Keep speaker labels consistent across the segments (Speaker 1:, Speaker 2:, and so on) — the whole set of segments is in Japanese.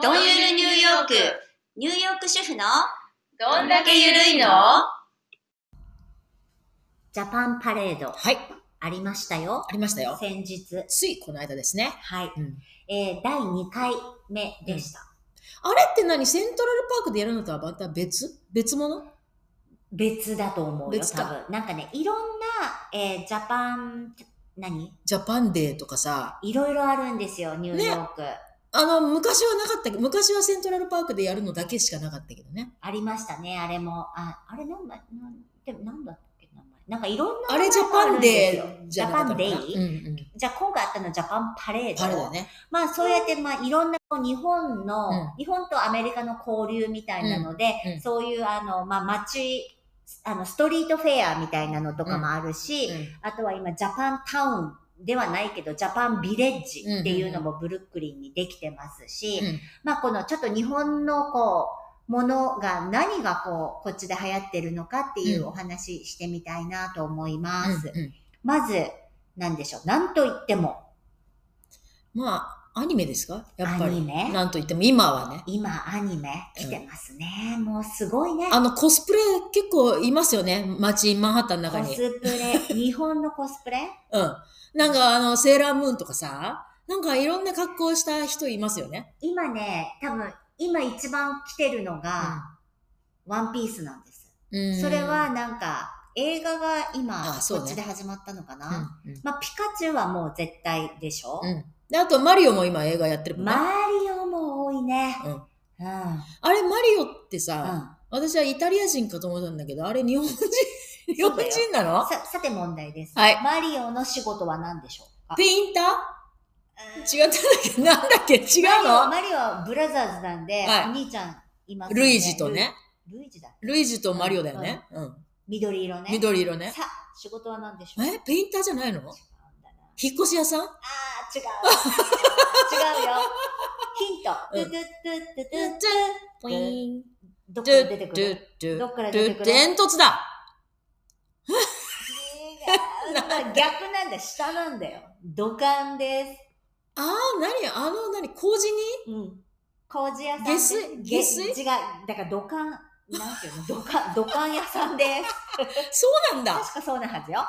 Speaker 1: どんゆるニューヨーク、ニューヨーク主婦の
Speaker 2: どんだけゆるいの
Speaker 1: ジャパンパレード
Speaker 2: はい、
Speaker 1: ありましたよ
Speaker 2: あ。りましたよ。
Speaker 1: 先日。
Speaker 2: ついこの間ですね。
Speaker 1: はい。
Speaker 2: うん
Speaker 1: えー、第2回目でした。
Speaker 2: あれって何セントラルパークでやるのとはまた別別物
Speaker 1: 別だと思うよ、
Speaker 2: 別
Speaker 1: 多
Speaker 2: か
Speaker 1: 分。なんかね、いろんな、えー、ジャパン、何
Speaker 2: ジャパンデーとかさ、
Speaker 1: いろいろあるんですよ、ニューヨーク。
Speaker 2: あの、昔はなかったけど、昔はセントラルパークでやるのだけしかなかったけどね。
Speaker 1: ありましたね、あれも。あ、あれなんだ、なんでもなんだっけ、名前。なんかいろんな
Speaker 2: あれジャ
Speaker 1: 名前が
Speaker 2: パ
Speaker 1: る
Speaker 2: ン
Speaker 1: んです
Speaker 2: デ
Speaker 1: よ
Speaker 2: ー
Speaker 1: ジ
Speaker 2: じゃ
Speaker 1: ャ
Speaker 2: な
Speaker 1: パ
Speaker 2: か
Speaker 1: ン
Speaker 2: った
Speaker 1: デ
Speaker 2: のか
Speaker 1: イ
Speaker 2: なうんうん。
Speaker 1: じゃあ今回あったのはジャパンパレード。
Speaker 2: あれだね。
Speaker 1: まあそうやってまあいろんなこう日本の、
Speaker 2: うん
Speaker 1: 日本とアメリカの交流みたいなので、
Speaker 2: うんうん
Speaker 1: そういうあの、まあ街、あのストリートフェアみたいなのとかもあるし、あとは今ジャパンタウンではないけど、ジャパンビレッジっていうのもブルックリンにできてますし、
Speaker 2: うん
Speaker 1: まあこのちょっと日本のこう、ものが何がこう、こっちで流行ってるのかっていうお話ししてみたいなと思います。
Speaker 2: うんうん
Speaker 1: まず、なんでしょう。なんと言っても、
Speaker 2: まあ、アニメですかやっぱ
Speaker 1: アニ
Speaker 2: り。
Speaker 1: メ。
Speaker 2: なんといっても今はね。
Speaker 1: 今アニメ来てますね。もうすごいね。
Speaker 2: あの、コスプレ結構いますよね。街、マンハッタンの中
Speaker 1: コ
Speaker 2: に。
Speaker 1: スプ レ、日本のコスプレ
Speaker 2: うん。なんかあの、セーラームーンとかさ、なんかいろんな格好した人いますよね。
Speaker 1: 今ね、多分今一番来てるのが、ワンピースなんです。
Speaker 2: うん
Speaker 1: それは、なんか映画が今、
Speaker 2: あそう
Speaker 1: こ
Speaker 2: ね
Speaker 1: っちで始まったのかな、
Speaker 2: うんうん
Speaker 1: まあピカチュウはもう絶対でしょ、
Speaker 2: うん。で、あとマリオも今映画やってるもんね。
Speaker 1: マリオも多いね。
Speaker 2: うん
Speaker 1: うん。
Speaker 2: あれマリオって
Speaker 1: う
Speaker 2: さ、
Speaker 1: ん。
Speaker 2: 私はイタリア人かと思ったんだけど、あれ日本人、日
Speaker 1: そう
Speaker 2: 本
Speaker 1: だよ
Speaker 2: 人なの
Speaker 1: さ、さて問題です。
Speaker 2: はい
Speaker 1: マリオの仕事は何でしょうか
Speaker 2: ペインター違ったんだっけなんだっけ違うの
Speaker 1: マリオマリオはブラザーズなんで、
Speaker 2: はい
Speaker 1: お兄ちゃんいますよ
Speaker 2: ルイージとね。
Speaker 1: ルイ。ルイージだ。
Speaker 2: ルイージとマリオだよね。うん。
Speaker 1: 緑色ね。
Speaker 2: 緑色ね。
Speaker 1: さ、仕事は何でしょう
Speaker 2: えペインターじゃないの
Speaker 1: 違うんだな
Speaker 2: 引っ越し屋さん
Speaker 1: あー、違 う。違うよ。ヒント。
Speaker 2: うん
Speaker 1: トゥトゥトゥトゥトゥトゥ
Speaker 2: ポイーン。
Speaker 1: どっ
Speaker 2: ド
Speaker 1: から
Speaker 2: ゥ
Speaker 1: 出て
Speaker 2: ッ
Speaker 1: く
Speaker 2: ドゥ
Speaker 1: る
Speaker 2: ッドゥ
Speaker 1: どっから
Speaker 2: ッ
Speaker 1: 出てくる
Speaker 2: 煙突だ
Speaker 1: 違う逆なんだ。下なんだよ。土管で
Speaker 2: ああ、なにあの、なに工事に
Speaker 1: す。うん。工事屋さんです。
Speaker 2: 下水下水
Speaker 1: げ違う。だから土管、なんていうの土管、土管屋さんです。
Speaker 2: そうなんだ
Speaker 1: 確かそうなはずよ。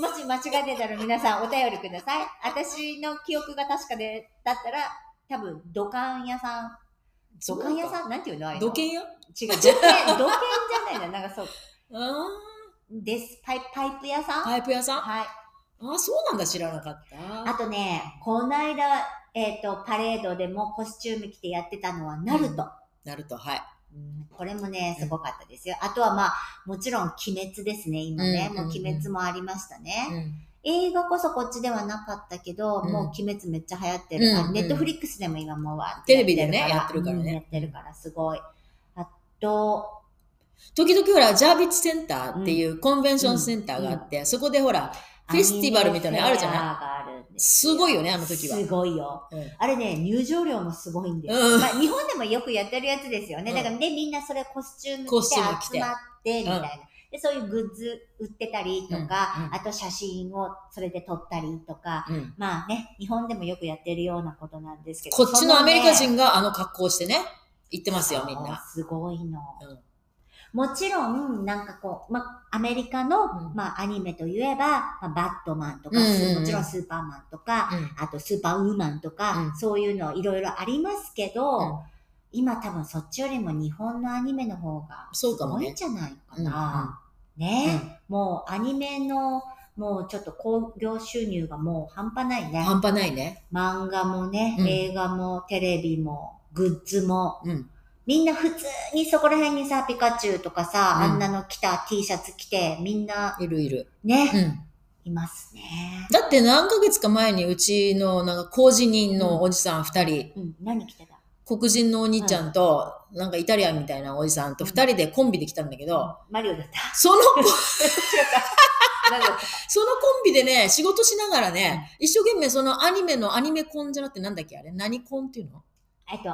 Speaker 1: もし間違ってたら皆さんお便りください。私の記憶が確かで、だったら、多分、土管屋さん。土管屋
Speaker 2: ん
Speaker 1: さんなんていうのああいうの
Speaker 2: 土建屋あ
Speaker 1: 違う。土建、土建じゃないんだ。なんかそう。
Speaker 2: あ
Speaker 1: です。パイパイプ屋さ
Speaker 2: ー、
Speaker 1: ん
Speaker 2: パイプ屋さんあ
Speaker 1: はい。
Speaker 2: あ、そうなんだ、知らなかった。
Speaker 1: あとね、こないだ、えっ、と、パレードでもコスチューム着てやってたのは、ナルト。
Speaker 2: なると、はい。
Speaker 1: うんこれもね、すごかったですよ。あとはまあ、もちろん鬼滅ですね、今ね。
Speaker 2: う
Speaker 1: も
Speaker 2: ん
Speaker 1: う鬼滅もありましたね。
Speaker 2: うん
Speaker 1: 映画こそこっちではなかったけど、
Speaker 2: うん
Speaker 1: もう鬼滅めっちゃ流行ってる。
Speaker 2: うんうん
Speaker 1: ネットフリックスでも今もうわーっ
Speaker 2: テレビでねやってるからね
Speaker 1: うんやってるから、すごい。あと、
Speaker 2: 時々ほら、ジャービッチセンターっていうコンベンションセンターがあって、そこでほら、フェスティバルみたいなのあるじゃない
Speaker 1: ない
Speaker 2: すごいよね、あの時は。
Speaker 1: すごいよ。
Speaker 2: うん
Speaker 1: あれね、入場料もすごいんですよ。
Speaker 2: うん
Speaker 1: まあ、日本でもよくやってるやつですよね。
Speaker 2: うん
Speaker 1: だから、で、みんなそれコスチューム
Speaker 2: コ
Speaker 1: 着
Speaker 2: スチューム着
Speaker 1: て
Speaker 2: て
Speaker 1: 集まって、みたいな、
Speaker 2: うん
Speaker 1: で、そういうグッズ売ってたりとか、
Speaker 2: うんうん
Speaker 1: あと写真をそれで撮ったりとか、
Speaker 2: うん
Speaker 1: まあね、日本でもよくやってるようなことなんですけど。
Speaker 2: こっちのアメリカ
Speaker 1: そね
Speaker 2: 人があの格好をしてね、行ってますよ、みんな。
Speaker 1: すごいの。
Speaker 2: うん
Speaker 1: もちろん、なんかこう、ま、アメリカの、
Speaker 2: うん
Speaker 1: まあ、アニメといえば、まあ、バットマンとか、
Speaker 2: うんうんうん
Speaker 1: もちろんスーパーマンとか、
Speaker 2: うん
Speaker 1: あとスーパーウーマンとか、
Speaker 2: うん
Speaker 1: そういうのいろいろありますけど、
Speaker 2: うん
Speaker 1: 今多分そっちよりも日本のアニメの方がす
Speaker 2: そうかも
Speaker 1: ご
Speaker 2: ね
Speaker 1: いんじゃないかな。ねもうアニメのもうちょっと興行収入がもう半端ないね。
Speaker 2: 半端ないね。
Speaker 1: 漫画もね、
Speaker 2: うん
Speaker 1: 映画もテレビもグッズも、
Speaker 2: うん
Speaker 1: みんな普通にそこら辺にさ、ピカチュウとかさ、
Speaker 2: うん
Speaker 1: あんなの着た T シャツ着て、みんない
Speaker 2: るいる。
Speaker 1: ね、
Speaker 2: う
Speaker 1: い
Speaker 2: ん
Speaker 1: ますね。
Speaker 2: だって何ヶ月か前にうちのなんか工事人のおじさん二人、
Speaker 1: うん、何着てた
Speaker 2: 黒人のお兄ちゃんと、なんかイタリアンみたいなおじさんと二人でコンビで来たんだけど、
Speaker 1: マリオだった。
Speaker 2: その、
Speaker 1: 違 った。マリオだった。
Speaker 2: そのコンビでね、仕事しながらね、一生懸命そのアニメのアニメコンじゃなくてなんだっけあれ何コンっていうの
Speaker 1: えっと、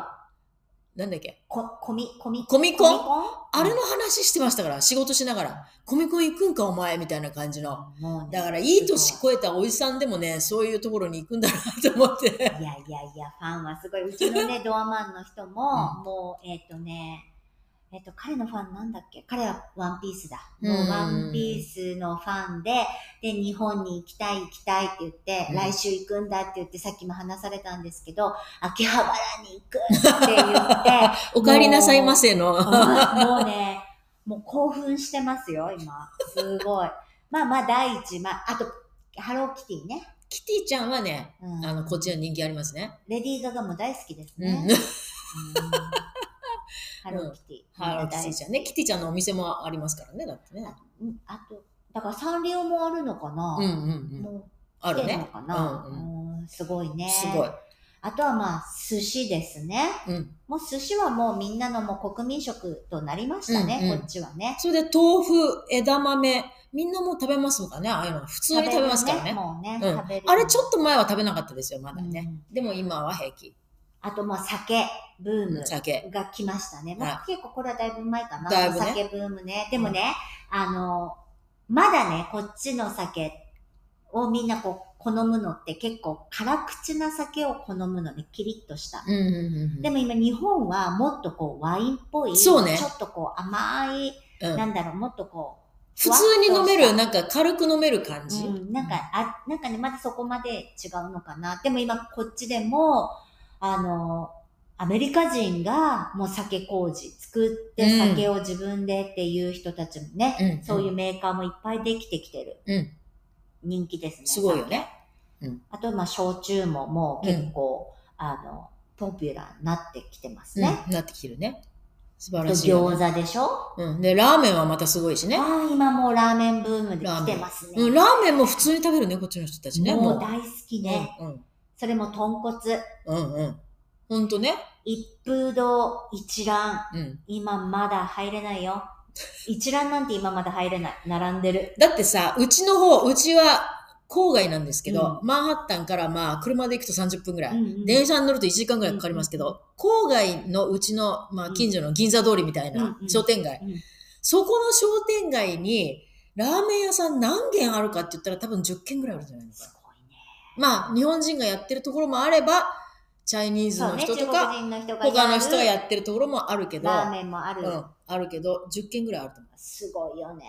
Speaker 2: なんだっけ
Speaker 1: こ、コミ、コミ、
Speaker 2: コミコン
Speaker 1: コン
Speaker 2: あれの話してましたから、仕事しながら、コミコン行くんかお前みたいな感じの。
Speaker 1: もうね
Speaker 2: だから、いい年超えたおじさんでもね、そういうところに行くんだなと思って。
Speaker 1: いやいやいや、ファンはすごい。うちの ね、ドアマンの人も、もう、えっ、とね、えっ、と、彼のファンなんだっけ彼はワンピースだ。も
Speaker 2: うん
Speaker 1: うワンピースのファンで、で、日本に行きたい行きたいって言って、
Speaker 2: うん
Speaker 1: 来週行くんだって言って、さっきも話されたんですけど、秋葉原に行くって言って、
Speaker 2: お帰りなさいませの。
Speaker 1: も うもうね、もう興奮してますよ、今。すごい。まあまあ、第一、まあ、あと、ハローキティね。
Speaker 2: キティちゃんはね、
Speaker 1: うん
Speaker 2: あの、こっちの人気ありますね。
Speaker 1: レディー・ガガも大好きです
Speaker 2: う
Speaker 1: ね。
Speaker 2: ん。
Speaker 1: ハローキティ。
Speaker 2: ハローキティちゃんね。キティちゃんのお店もありますからね、だってね。
Speaker 1: うんあと、だからサンリオもあるのかな
Speaker 2: うんうんうん。
Speaker 1: も
Speaker 2: あ
Speaker 1: う来
Speaker 2: る
Speaker 1: てるの
Speaker 2: ね。
Speaker 1: かな、
Speaker 2: うんう
Speaker 1: うんすごいね。
Speaker 2: すごい。。
Speaker 1: あとはまあ、寿司ですね。
Speaker 2: うん。
Speaker 1: もう寿司はもうみんなのもう国民食となりましたね、
Speaker 2: うんうん
Speaker 1: こっちはね。
Speaker 2: それで、豆腐、枝豆、みんなもう食べますもんかね、ああいうの。普通に食べますからね。
Speaker 1: もうね、
Speaker 2: うん
Speaker 1: 食べる。
Speaker 2: あれちょっと前は食べなかったですよ、まだ
Speaker 1: う
Speaker 2: ね。
Speaker 1: ん
Speaker 2: でも今は平気。
Speaker 1: あとまあ、酒ブーム。
Speaker 2: 酒。
Speaker 1: が来ましたね。
Speaker 2: はい
Speaker 1: まあ、結構これはだいぶ前かな。
Speaker 2: だいぶね
Speaker 1: お酒ブームね。でもね、あの、まだね、こっちの酒をみんなこう、好むのって結構辛口な酒を好むのね、キリッとした。
Speaker 2: うんうんうん
Speaker 1: で
Speaker 2: うん。
Speaker 1: も今日本はもっとこう、ワインっぽい。
Speaker 2: そうね
Speaker 1: ちょっとこう、甘い、
Speaker 2: うん
Speaker 1: なんだろう、もっとこ
Speaker 2: 普通に飲め
Speaker 1: ふわ
Speaker 2: る、
Speaker 1: っと
Speaker 2: なんか軽く飲める感
Speaker 1: う、
Speaker 2: じ。
Speaker 1: うん、なんか、あ、なんかね、まだそこまで違うのかな。でも今、こっちでも、あの、アメリカ人がもう酒麹作って
Speaker 2: うん
Speaker 1: 酒を自分でっていう人たちもね、
Speaker 2: うん、
Speaker 1: そういうメーカーもいっぱいできてきてる。
Speaker 2: うん
Speaker 1: 人気ですね。
Speaker 2: すごいよね
Speaker 1: 酒
Speaker 2: うん
Speaker 1: あと、まあ、焼酎ももう結構、あの、ポピュラーになってきてますね。
Speaker 2: うんなってきてるね。素晴
Speaker 1: あ
Speaker 2: ら
Speaker 1: と
Speaker 2: しいよね、
Speaker 1: 餃子でしょ
Speaker 2: うん。で、ラーメンはまたすごいしね。
Speaker 1: ああ、今もうラーメンブームで来てますね。
Speaker 2: うん、ラーメンも普通に食べるね、こっちの人たちね。
Speaker 1: もう大好き
Speaker 2: う
Speaker 1: ね。
Speaker 2: うん
Speaker 1: それも豚骨、
Speaker 2: うんうん。ほんとね。
Speaker 1: 一風堂、一蘭。
Speaker 2: うん。
Speaker 1: 今まだ入れないよ。一蘭なんて今まだ入れない。並んでる。
Speaker 2: だってさ、うちの方、うちは郊外なんですけど、マンハッタンからまあ、車で行くと30分ぐらい。電車に乗ると1時間ぐらいかかりますけど、郊外のうちの、まあ、近所の銀座通りみたいな
Speaker 1: うんうん
Speaker 2: 商店街、
Speaker 1: うん
Speaker 2: そこの商店街にラーメン屋さん何軒あるかって言ったら多分10軒ぐらいあるんじゃないのかな
Speaker 1: すごいね。
Speaker 2: まあ日本人がやってるところもあればチャイニーズ
Speaker 1: そう
Speaker 2: の
Speaker 1: ね、
Speaker 2: 人
Speaker 1: 中
Speaker 2: と
Speaker 1: 国
Speaker 2: か、
Speaker 1: 人の人が
Speaker 2: 他の人が
Speaker 1: やる
Speaker 2: やってるところもあるけど
Speaker 1: ラーメンもある。
Speaker 2: うん、あるけど10軒ぐらいあると思う
Speaker 1: すごいよね、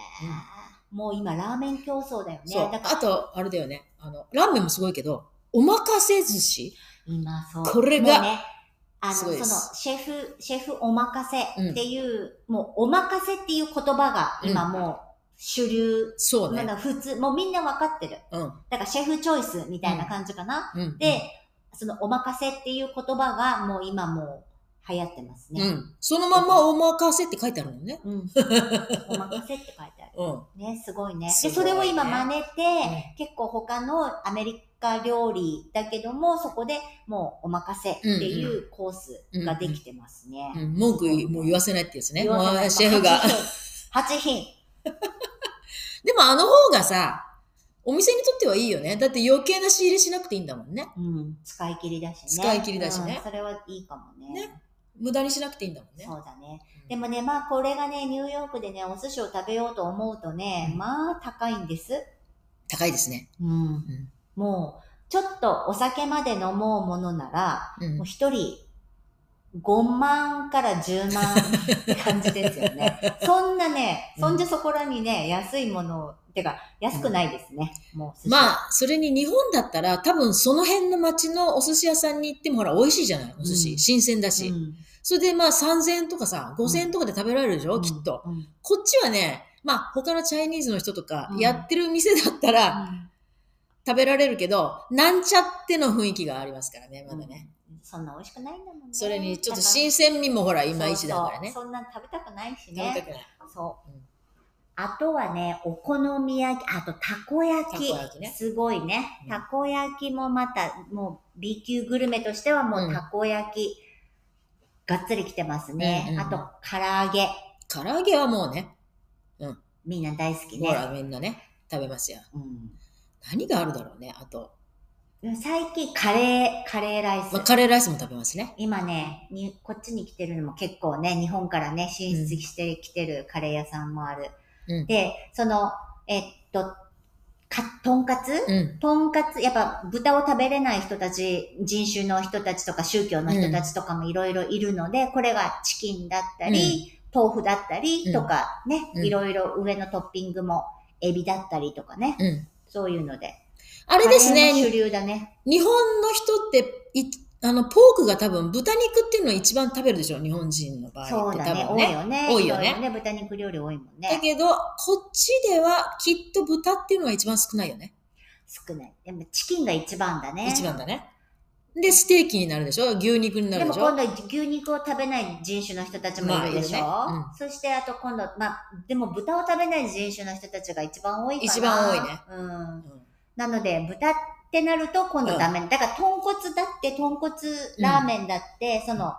Speaker 1: もう今ラーメン競争だよね。
Speaker 2: そう
Speaker 1: だ
Speaker 2: あ
Speaker 1: から
Speaker 2: とあれだよねあのラーメンもすごいけどおまかせ寿司
Speaker 1: 今そう。
Speaker 2: これが
Speaker 1: もうねあの、
Speaker 2: す
Speaker 1: そ
Speaker 2: ご
Speaker 1: の
Speaker 2: いです、
Speaker 1: シェフ、シェフおまかせっていう、もう、おまかせっていう言葉が今もう主流、
Speaker 2: そう
Speaker 1: ま
Speaker 2: ね
Speaker 1: だ普通、もうみんなわかってる。
Speaker 2: うん
Speaker 1: だからシェフチョイスみたいな感じかな。
Speaker 2: うん
Speaker 1: で、そのお任せっていう言葉がもう今もう流行ってます
Speaker 2: う
Speaker 1: ね。
Speaker 2: ん、そのままおまかせって書いてあるもんね
Speaker 1: うん。お任せって書いてある。
Speaker 2: うん
Speaker 1: ね、すごいね。
Speaker 2: すご
Speaker 1: で、
Speaker 2: いね
Speaker 1: それを今真似て、
Speaker 2: ん
Speaker 1: 結構他のアメリカ料理だけども、そこでもうお任せっていうコースができてますね。
Speaker 2: うん、文句いもう言わせないってやつね。
Speaker 1: 言わせない
Speaker 2: もうシェフが。。
Speaker 1: 8品。
Speaker 2: でもあの方がさ、お店にとってはいいよね。だって余計な仕入れしなくていいんだもんね。
Speaker 1: うん。使い切りだしね。
Speaker 2: 使い切りだしね
Speaker 1: うんそれはいいかもね。
Speaker 2: ね無駄にしなくていいんだもんね。
Speaker 1: そうだね。
Speaker 2: うん
Speaker 1: でもね、まあこれがね、ニューヨークでね、お寿司を食べようと思うとね、
Speaker 2: うん
Speaker 1: まあ高いんです。
Speaker 2: 高いですね。
Speaker 1: うん。もう、ちょっとお酒まで飲もうものなら、
Speaker 2: うん
Speaker 1: もう一人、5万から10万って感じですよ ね。そんなね、
Speaker 2: うん
Speaker 1: そんじゃそこらにね、安いものを、てか、安くないですね。もう寿司。あ、
Speaker 2: まあ、それに日本だったら多分その辺の町のお寿司屋さんに行ってもほら美味しいじゃないお寿司。
Speaker 1: うん
Speaker 2: 新鮮だし。
Speaker 1: うん、
Speaker 2: それでまあ3000円とかさ、5000円とかで食べられるでしょ、
Speaker 1: うん
Speaker 2: きっと。
Speaker 1: うんうん
Speaker 2: こっちはね、まあ他のチャイニーズの人とか
Speaker 1: うん
Speaker 2: やってる店だったら、食べられるけど、なんちゃっての雰囲気がありますからね、まだね。
Speaker 1: そんな美味しくないんだもんね。
Speaker 2: それに、ちょっと
Speaker 1: だ
Speaker 2: 新鮮味もほら、い
Speaker 1: から
Speaker 2: まいちだからね。
Speaker 1: そうそうそんなの食べたくないし
Speaker 2: 食
Speaker 1: ね。
Speaker 2: べたくない。
Speaker 1: そう。
Speaker 2: うん
Speaker 1: あとはね、お好み焼き、あとたこ焼き。
Speaker 2: たこ焼きね
Speaker 1: すごいね
Speaker 2: う。ん
Speaker 1: たこ焼きもまた、もう B 級グルメとしてはもううんたこ焼き、がっつり来てますね。
Speaker 2: うんうんうん
Speaker 1: あと、唐揚げ。
Speaker 2: 唐揚げはもうね、
Speaker 1: みんな大好き
Speaker 2: ほら、
Speaker 1: ね。
Speaker 2: みんなね、食べますよ。
Speaker 1: うん、
Speaker 2: 何があるだろうね、あと。
Speaker 1: 最近カレー、カレーライス。
Speaker 2: まあ、カレーライスも食べますね。
Speaker 1: 今ねに、こっちに来てるのも結構ね、日本からね、進出してきてるカレー屋さんもある。
Speaker 2: うん
Speaker 1: で、その、えっと、か、とんかつ、
Speaker 2: うん。
Speaker 1: とんかつ、やっぱ豚を食べれない人たち、人種の人たちとか宗教の人たちとかもいろいろいるので、これがチキンだったり、豆腐だったりとかね、
Speaker 2: うん
Speaker 1: いろいろ上のトッピングもエビだったりとかね、
Speaker 2: うん。
Speaker 1: そういうので。
Speaker 2: あれです
Speaker 1: カレーの
Speaker 2: ね、
Speaker 1: 主流だね。
Speaker 2: 日本の人って、いあの、ポークが多分、豚肉っていうのを一番食べるでしょ、日本人の場合って。
Speaker 1: そうだね。
Speaker 2: 多
Speaker 1: 多
Speaker 2: 分
Speaker 1: いよね。
Speaker 2: 多いよね
Speaker 1: そう豚肉料理多いもん
Speaker 2: だ
Speaker 1: ね。
Speaker 2: けど、こっちではきっと豚っていうのが一番少ないよね。
Speaker 1: 少ない。でもチキンが一番だね。
Speaker 2: 一番だね。で、ステーキになるでしょ牛肉にな
Speaker 1: で
Speaker 2: るで
Speaker 1: も
Speaker 2: しょ
Speaker 1: 今度牛肉を食べない人種の人たちもいるでしょ、
Speaker 2: まあいるね
Speaker 1: そしてあと今度、まあ、でも豚を食べない人種の人たちが一番多いかな。
Speaker 2: 一番多いね。
Speaker 1: うん。
Speaker 2: うん
Speaker 1: なので、豚ってなると今度ダメ。だから豚骨だって、豚骨ラーメンだって、その、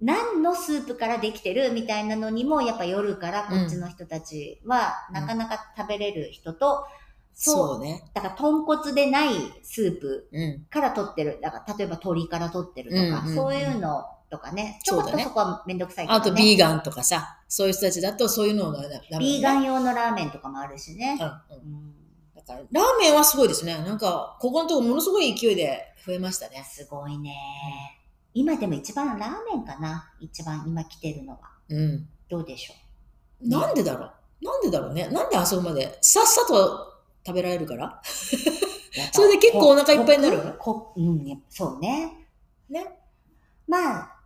Speaker 1: 何のスープからできてるみたいなのにも、やっぱ夜からこっちの人たちは、
Speaker 2: うん
Speaker 1: なかなか食べれる人と、
Speaker 2: そうね。
Speaker 1: だから豚骨でないスープ
Speaker 2: うん。
Speaker 1: から取ってる。だから、例えば鳥から取ってるとか、
Speaker 2: うんうんうん
Speaker 1: そういうのとかね。ち
Speaker 2: そ
Speaker 1: ょ
Speaker 2: う
Speaker 1: っ
Speaker 2: だ
Speaker 1: と
Speaker 2: ね
Speaker 1: そこはめんどくさいけど、ね。
Speaker 2: あと、ビーガンとかさ、そういう人たちだと、そういうのがダメ。
Speaker 1: ビーガン用のラーメンとかもあるしね。
Speaker 2: うん。うん
Speaker 1: うん
Speaker 2: だから、ラーメンはすごいですね。なんか、ここのとこものすごい勢いで増えましたね。
Speaker 1: すごいね。今でも一番ラーメンかな。一番今来てるのは。
Speaker 2: うん。
Speaker 1: どうでしょ
Speaker 2: なんでだろうなんでだろうねなんであそこまでさっさと食べられるから
Speaker 1: う。やっぱ
Speaker 2: それで結構お腹いっぱいになる
Speaker 1: ここうん、やっぱそうね。
Speaker 2: ね。
Speaker 1: まあ、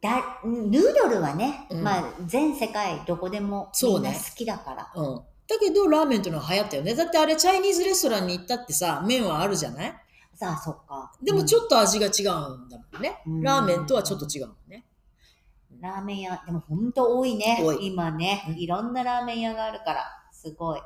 Speaker 1: だ、ヌードルはね、
Speaker 2: うん
Speaker 1: まあ、全世界どこでもみんな好きだから。
Speaker 2: うん。だけど、ラーメンっていうのは流行ったよね。だってあれ、チャイニーズレストランに行ったってさ、麺はあるじゃない
Speaker 1: さあ、そっか。
Speaker 2: でもちょっと味が違うんだもんね。
Speaker 1: うん
Speaker 2: ラーメンとはちょっと違うもんね。
Speaker 1: ラーメン屋、でも本当多いね。
Speaker 2: 多い
Speaker 1: 今ね、
Speaker 2: うん
Speaker 1: いろんなラーメン屋があるから、すごい。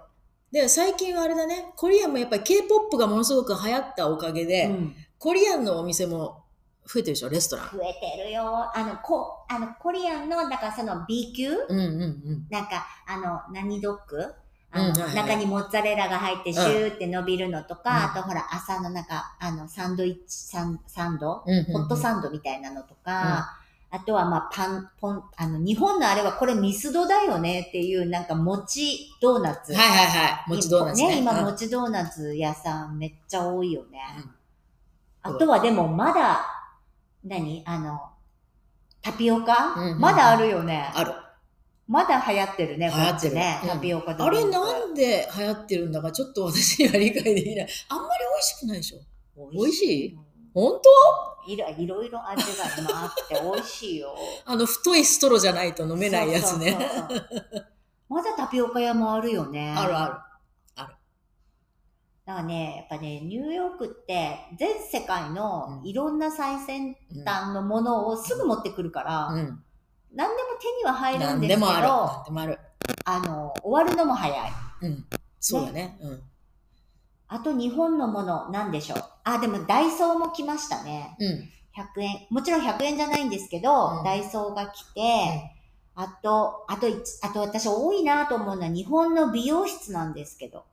Speaker 2: で、最近はあれだね、コリアンもやっぱり K-POP がものすごく流行ったおかげで、
Speaker 1: うん
Speaker 2: コリアンのお店も増えてるでしょ、レストラン。
Speaker 1: 増えてるよ。あの、こ、あの、コリアンの、だからその B 級、
Speaker 2: うんうんうん。
Speaker 1: なんか、あの、何ドッグあの、
Speaker 2: うんはいはい
Speaker 1: 中にモッツァレラが入ってシューって伸びるのとか、
Speaker 2: うん
Speaker 1: あとほら、朝のなんか、あの、サンドイッチ、サンサンド、
Speaker 2: うんうんうん
Speaker 1: ホットサンドみたいなのとか、あとはまあ、パン、ポン、あの、日本のあれはこれミスドだよねっていう、なんか餅ドーナツ。
Speaker 2: はいはいはい。もちドーナツね。
Speaker 1: ね。
Speaker 2: う
Speaker 1: 今、
Speaker 2: ん
Speaker 1: もちドーナツ屋さんめっちゃ多いよね。
Speaker 2: うん
Speaker 1: あとはでもまだ、何あの、タピオカ、
Speaker 2: うんうん
Speaker 1: まだあるよね。
Speaker 2: ある。
Speaker 1: まだ流行ってるね、
Speaker 2: 流行ってる
Speaker 1: こちね。
Speaker 2: うん
Speaker 1: タピオカド
Speaker 2: あ
Speaker 1: リ
Speaker 2: れ
Speaker 1: ンク
Speaker 2: なんで流行ってるんだかちょっと私には理解できない。あんまり美味しくないでしょ。美味しい本
Speaker 1: いろいろいろ味が今あって美味しいよ。
Speaker 2: 当あの太いストローじゃない と飲めないやつね。
Speaker 1: そうそうそうそう。まだタピオカ屋もあるよね。
Speaker 2: あるあ
Speaker 1: だからね、やっぱね、ニューヨークって全世界のいろんな最先
Speaker 2: る。うん
Speaker 1: 端のものをすぐ持ってくるから、
Speaker 2: うん。
Speaker 1: 何でも手には入る
Speaker 2: なんん
Speaker 1: です
Speaker 2: で
Speaker 1: けど、
Speaker 2: もある。
Speaker 1: あ
Speaker 2: なんでもある。
Speaker 1: の、終わるのも早い。
Speaker 2: うん。そうだね。うん。
Speaker 1: あと日本のもの、なんでしょう。あ、でもダイソーも来ましたね。
Speaker 2: うん。
Speaker 1: 100円。もちろん100円じゃないんですけど、
Speaker 2: うん
Speaker 1: ダイソーが来て、あと、あと一、あと私多いなと思うのは日本の美容室なんですけど。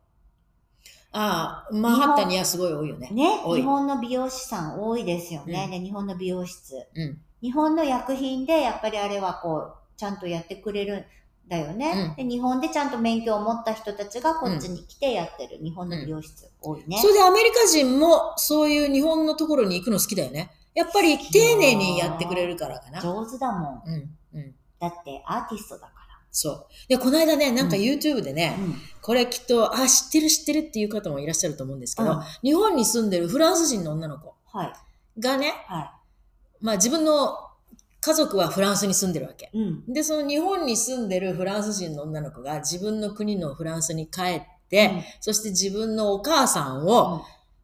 Speaker 2: ああ、マンハッタンにはすごい多いよね。
Speaker 1: ね、
Speaker 2: 多い
Speaker 1: 日本の美容師さん多いですよね。
Speaker 2: うん
Speaker 1: で、日本の美容室。
Speaker 2: うん。
Speaker 1: 日本の薬品でやっぱりあれはこうちゃんとやってくれるんだよね、で日本でちゃんと免許を持った人たちがこっちに来てやってる、日本の美容室多いね、
Speaker 2: それでアメリカ人もそういう日本のところに行くの好きだよね。やっぱり丁寧にやってくれるからかな。
Speaker 1: 上手だもん
Speaker 2: うん。うん。
Speaker 1: だってアーティストだか
Speaker 2: そう。で、この間ね、なんか
Speaker 1: うん
Speaker 2: YouTube でね、
Speaker 1: ら、うん
Speaker 2: これきっと、あ、知ってる知ってるっていう方もいらっしゃると思うんですけど、
Speaker 1: うん
Speaker 2: 日本に住んでるフランス人の女の子
Speaker 1: はい
Speaker 2: がね、
Speaker 1: は
Speaker 2: まあ自分の家族はフランスに住んでるわけ。
Speaker 1: いうん
Speaker 2: で、その日本に住んでるフランス人の女の子が自分の国のフランスに帰って、
Speaker 1: うん
Speaker 2: そして自分のお母さんを、
Speaker 1: うん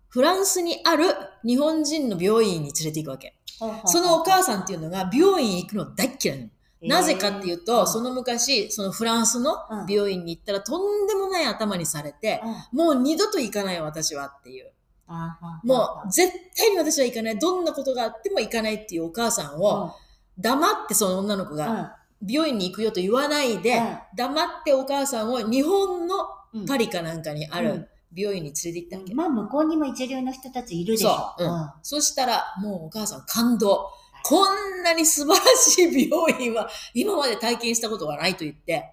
Speaker 2: フランスにある日本人の病院に連れて行くわけ。
Speaker 1: ほうほうほう
Speaker 2: そのお母さんっていうのが病院行くの大っ嫌いなの。なぜかっていうと、その昔、そのフランスの病院に行ったらとんでもない頭にされて、
Speaker 1: えーうん
Speaker 2: もう二度と行かない私はっていう。
Speaker 1: あは
Speaker 2: もう絶対に私は行かない。どんなことがあっても行かないっていうお母さんを、黙ってその女の子
Speaker 1: うん
Speaker 2: が、病院に行くよと言わないで
Speaker 1: うん、
Speaker 2: 黙ってお母さんを日本の
Speaker 1: うん
Speaker 2: パリかなんかにあ
Speaker 1: うん
Speaker 2: る美容院に連れて行ったわけ。
Speaker 1: まあ、向こうにも一流の人たちいるでしょ。
Speaker 2: そう、うん。そしたら、もうお母さん感動。こんなに素晴らしい美容院は今まで体験したことがないと言って、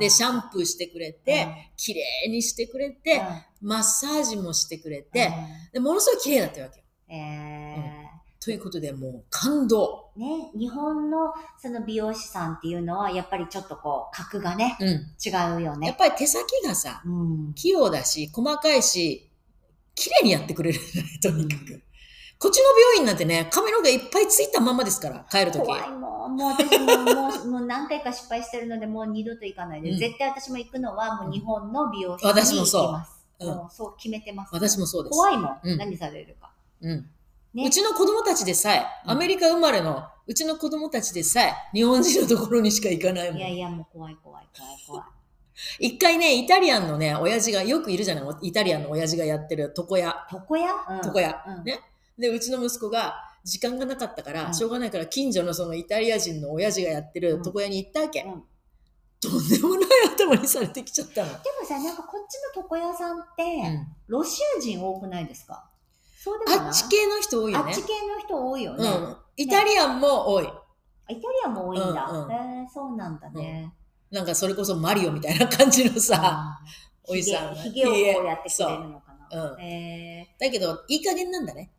Speaker 2: で、シャンプーしてくれて、綺麗にしてくれて、マッサージもしてくれて、で、ものすごい綺麗だったわけよ。えー、うんということで、もう感動。
Speaker 1: ね、日本のその美容師さんっていうのは、やっぱりちょっとこう、格がね、うん、違うよね。
Speaker 2: やっぱり手先がさ、うん、器用だし、細かいし、綺麗にやってくれるじゃない、とにかく。うん、こっちの病院なんてね、髪の毛いっぱいついたままですから、帰るとき。
Speaker 1: 怖いもん。もう私ももう、もう何回か失敗してるので、もう二度と行かないで、絶対私も行くのは、もう日本の美容師さんに行きます。私もそう。そう決めてます、
Speaker 2: ね、私もそうです。
Speaker 1: 怖いもん。何されるか。
Speaker 2: うん。ね、うちの子供たちでさえ、アメリカ生まれの、うちの子供たちでさえ、日本人のところにしか行かないもん。
Speaker 1: いやいや、もう怖い怖い怖い 怖い。
Speaker 2: 一回ね、イタリアンのね、親父が、よくいるじゃないイタリアンの親父がやってる床屋。
Speaker 1: 床屋
Speaker 2: 床屋、うん、ね。で、うちの息子が、時間がなかったから、うん、しょうがないから、近所のそのイタリア人の親父がやってる床屋に行ったわけ。うんとんでもない頭にされてきちゃったの。で
Speaker 1: もさ、なんかこっちの床屋さんって、ロシア人多くないですか
Speaker 2: そうでもあっち系の人多い
Speaker 1: ね。
Speaker 2: よ
Speaker 1: あっち系の人多いよね。うん、
Speaker 2: イタリアンも多い。
Speaker 1: イタリアンも多いんだ。うんうん、へえ、そうなんだね、
Speaker 2: うん、なんかそれこそマリオみたいな感じのさ、
Speaker 1: おじさん。ひげをこうやってくれるのかな。
Speaker 2: うん、えー、だけど、いい加減なんだね。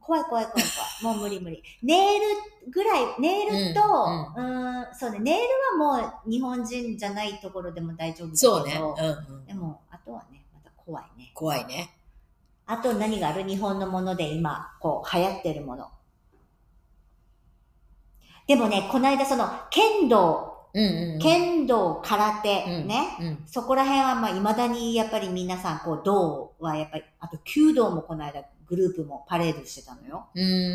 Speaker 1: 怖い怖い怖い怖い。もう無理無理。ネイルぐらい、ネイルと、うん、うん、ん、そうね、ネイルはもう日本人じゃないところでも大丈夫だけ
Speaker 2: ど。そうね。うん
Speaker 1: うん、でも、あとはね、また怖いね。
Speaker 2: 怖いね。
Speaker 1: あと何がある日本のもので今、こう、流行ってるもの。でもね、この間その、剣道、剣道、空手、ね、うんうん、そこら辺はまあ、未だにやっぱり皆さん、こう、道はやっぱり、あと、弓道もこの間、グループもパレードしてたのよ。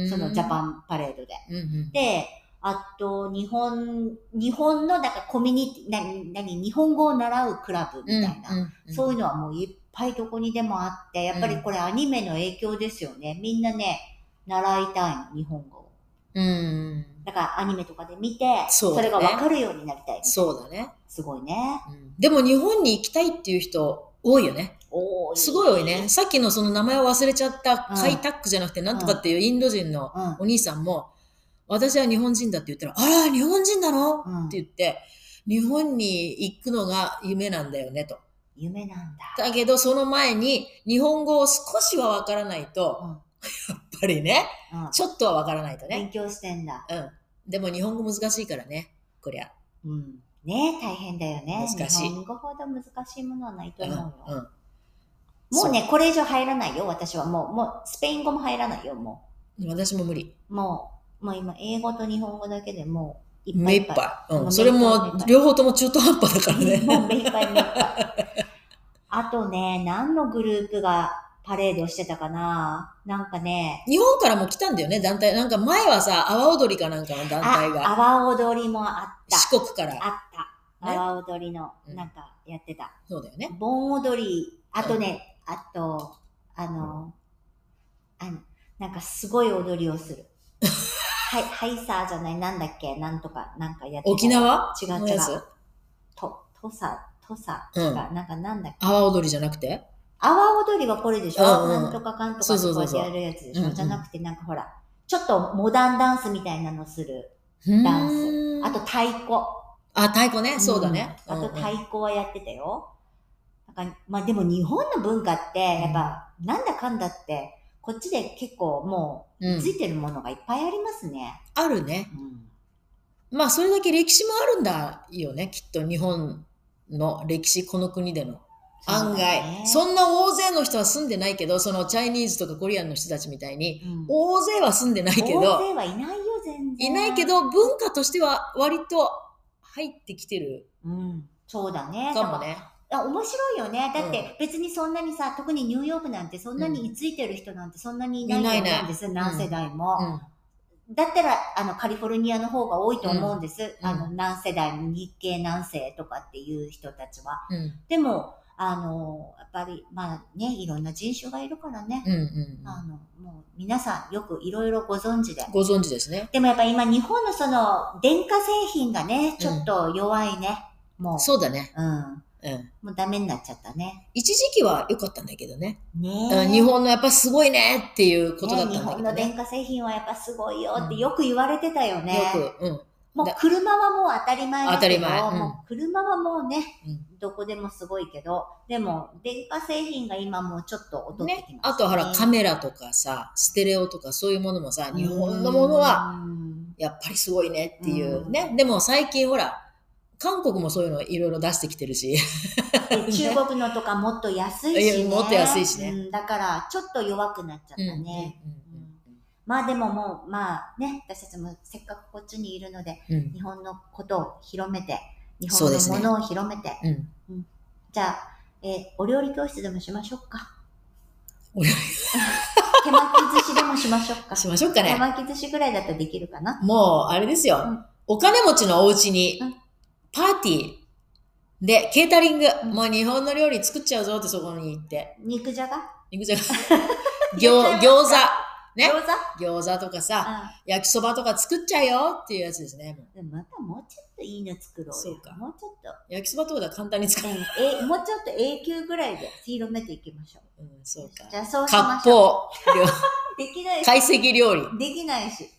Speaker 1: そのジャパンパレードで。うんうん、で、あと、日本、日本の、なんかコミュニティ、な、なに、日本語を習うクラブみたいな、そういうのはもういっぱいぱいどこにでもあって、やっぱりこれアニメの影響ですよね。うん、みんなね、習いたいの、日本語を。うん。だからアニメとかで見て、そ、ね,、れがわかるようになりたい
Speaker 2: そうだね。
Speaker 1: すごいね、
Speaker 2: うん、でも日本に行きたいっていう人多いよね。
Speaker 1: 多
Speaker 2: い。すごい多いね。さっきのその名前を忘れちゃったカイタックじゃなくてなんとかっていうインド人のお兄さんも、私は日本人だって言ったら、あら、日本人なの、うん、って言って、日本に行くのが夢なんだよね、と。
Speaker 1: 夢なんだ。
Speaker 2: だけど、その前に、日本語を少しはわからないと、うん、やっぱりね、うん、ちょっとはわからないとね。
Speaker 1: 勉強してんだ。
Speaker 2: うん。でも日本語難しいからね、こりゃ。
Speaker 1: うん。ね大変だよね。
Speaker 2: 難しい。
Speaker 1: 日本語ほど難しいものはないと思うよ。うん、うん、もうね、これ以上入らないよ、私は。もう、もう、スペイン語も入らないよ、も
Speaker 2: う。私も無理。
Speaker 1: もう、もう今、英語と日本語だけでもう、
Speaker 2: いっぱいいっぱい。うん。それも、両方とも中途半端だからね。
Speaker 1: もう目いっぱい目いっぱい。 あとね、何のグループがパレードしてたかななんかね。
Speaker 2: 日本からも来たんだよね、団体。なんか前はさ、阿波踊りかなんかの団体が。
Speaker 1: 阿波踊りもあった。
Speaker 2: 四国から。
Speaker 1: あった。阿波踊りの、なんかやってた。
Speaker 2: そうだよね。
Speaker 1: 盆踊り、あとね、あと、あの、あの、なんかすごい踊りをす る。はい、ハイサーじゃない、なんだっけ、なんとか、なんかやって
Speaker 2: 沖縄
Speaker 1: 違う違う。と、とさ、とさ、うん、なんかなんだっけ。
Speaker 2: 阿波踊りじゃなくて
Speaker 1: 阿波踊りはこれでしょ、うんうん、なんとかかんとかとかでやるやつでしょじゃなくて、なんかほら、ちょっとモダンダンスみたいなのするダンス。あと太鼓。
Speaker 2: あ、太鼓ね、そうだね。
Speaker 1: あと太鼓はやってたよ。なんかまあでも日本の文化って、やっぱ、なんだかんだって、こっちで結構もう、ついてるものがいっぱいありますね。
Speaker 2: うん、あるね。うん、まあ、それだけ歴史もあるんだよね、きっと日本の歴史、この国での。案外、そ,、んな大勢の人は住んでないけど、そのチャイニーズとかコリアンの人たちみたいに、うん、大勢は住んでないけど、
Speaker 1: 大勢はいないよ、全然。
Speaker 2: いないけど、文化としては割と入ってきてる。
Speaker 1: うん、そうだね。
Speaker 2: かもね。
Speaker 1: あ面白いよね。だって別にそんなにさ、特にニューヨークなんてそんなについてる人なんてそんなにいないと思うんです。何世代も。だったら、あの、カリフォルニアの方が多いと思うんです。あの、何世代も日系何世とかっていう人たちは。でも、あの、やっぱり、まあね、いろんな人種がいるからね。あの、もう皆さんよくいろいろご存知で。
Speaker 2: ご存知ですね。
Speaker 1: でもやっぱ今日本のその、電化製品がね、ちょっと弱いね。もう。
Speaker 2: そうだね。
Speaker 1: うん。
Speaker 2: うん。
Speaker 1: もうダメになっちゃったね。
Speaker 2: 一時期は良かったんだけどね。
Speaker 1: ね
Speaker 2: うん日本のやっぱすごいねっていうことだったん
Speaker 1: ね
Speaker 2: だ
Speaker 1: 日
Speaker 2: け
Speaker 1: 本
Speaker 2: ど
Speaker 1: の
Speaker 2: ね。
Speaker 1: 電化製品はやっぱすごいよって
Speaker 2: うん
Speaker 1: よく言われてたよね。
Speaker 2: よく、うん。
Speaker 1: もう車はもう当たり前だけど、
Speaker 2: 当たり前うん
Speaker 1: もう車はもうね、
Speaker 2: う
Speaker 1: どこでもすごいけど、でも電化製品が今もうちょっと劣ってきました、ね
Speaker 2: あとほら、カメラとかさ、ステレオとかそういうものもさ、日本のものは、
Speaker 1: うん
Speaker 2: やっぱりすごいねっていう
Speaker 1: う
Speaker 2: ね。でも最近ほら、韓国もそういうのいろいろ出してきてるし。
Speaker 1: で中国のとかもっと安いし、ね。
Speaker 2: いやもっと安いしね
Speaker 1: うんだから、ちょっと弱くなっちゃった
Speaker 2: うんうんうん
Speaker 1: ね。まあでももう、まあね、私たちもせっかくこっちにいるので、
Speaker 2: うんうん
Speaker 1: 日本のことを広めて、日
Speaker 2: そう
Speaker 1: 本
Speaker 2: です
Speaker 1: の
Speaker 2: ね
Speaker 1: ものを広めて、
Speaker 2: うん
Speaker 1: じゃあ、えーお料理教室でもしましょうか。
Speaker 2: お料
Speaker 1: 手巻き寿司でもしましょうか。
Speaker 2: しましょうか
Speaker 1: 手
Speaker 2: ね。
Speaker 1: 巻き寿司ぐらいだったらできるかな。
Speaker 2: もう、あれですよ、
Speaker 1: うん
Speaker 2: お金持ちのお家に
Speaker 1: うん、
Speaker 2: パーティーで、ケータリング、
Speaker 1: うん
Speaker 2: もう日本の料理作っちゃうぞってそこに行って。
Speaker 1: 肉じゃが
Speaker 2: 肉じゃが餃餃子、ね
Speaker 1: 餃子
Speaker 2: 餃子とかさ、
Speaker 1: あ
Speaker 2: 焼きそばとか作っちゃうよっていうやつですね。もう
Speaker 1: でもまたもうちょっといいの作ろうよ。
Speaker 2: そうか
Speaker 1: もうちょっと、
Speaker 2: 焼きそばとかだと簡単に作
Speaker 1: う
Speaker 2: る。
Speaker 1: んえもうちょっと永久ぐらいで広めていきましょ
Speaker 2: うん、そう
Speaker 1: う。
Speaker 2: か。
Speaker 1: じゃあそうしま
Speaker 2: 割
Speaker 1: しょう。
Speaker 2: 烹、料
Speaker 1: できないし。
Speaker 2: 懐石料理。
Speaker 1: できないし。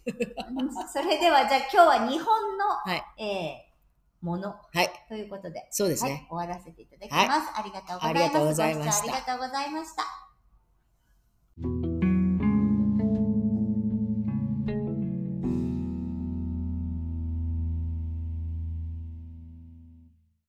Speaker 1: それではじゃあ今日は日本の、
Speaker 2: はい
Speaker 1: えーもの
Speaker 2: はい、
Speaker 1: ということで、
Speaker 2: そうです
Speaker 1: はい
Speaker 2: ね。
Speaker 1: 終わらせていただきます。
Speaker 2: は
Speaker 1: あ
Speaker 2: い
Speaker 1: りがとうございます。
Speaker 2: ありがとうございまし
Speaker 1: ご視聴
Speaker 2: た
Speaker 1: ありがとうございました。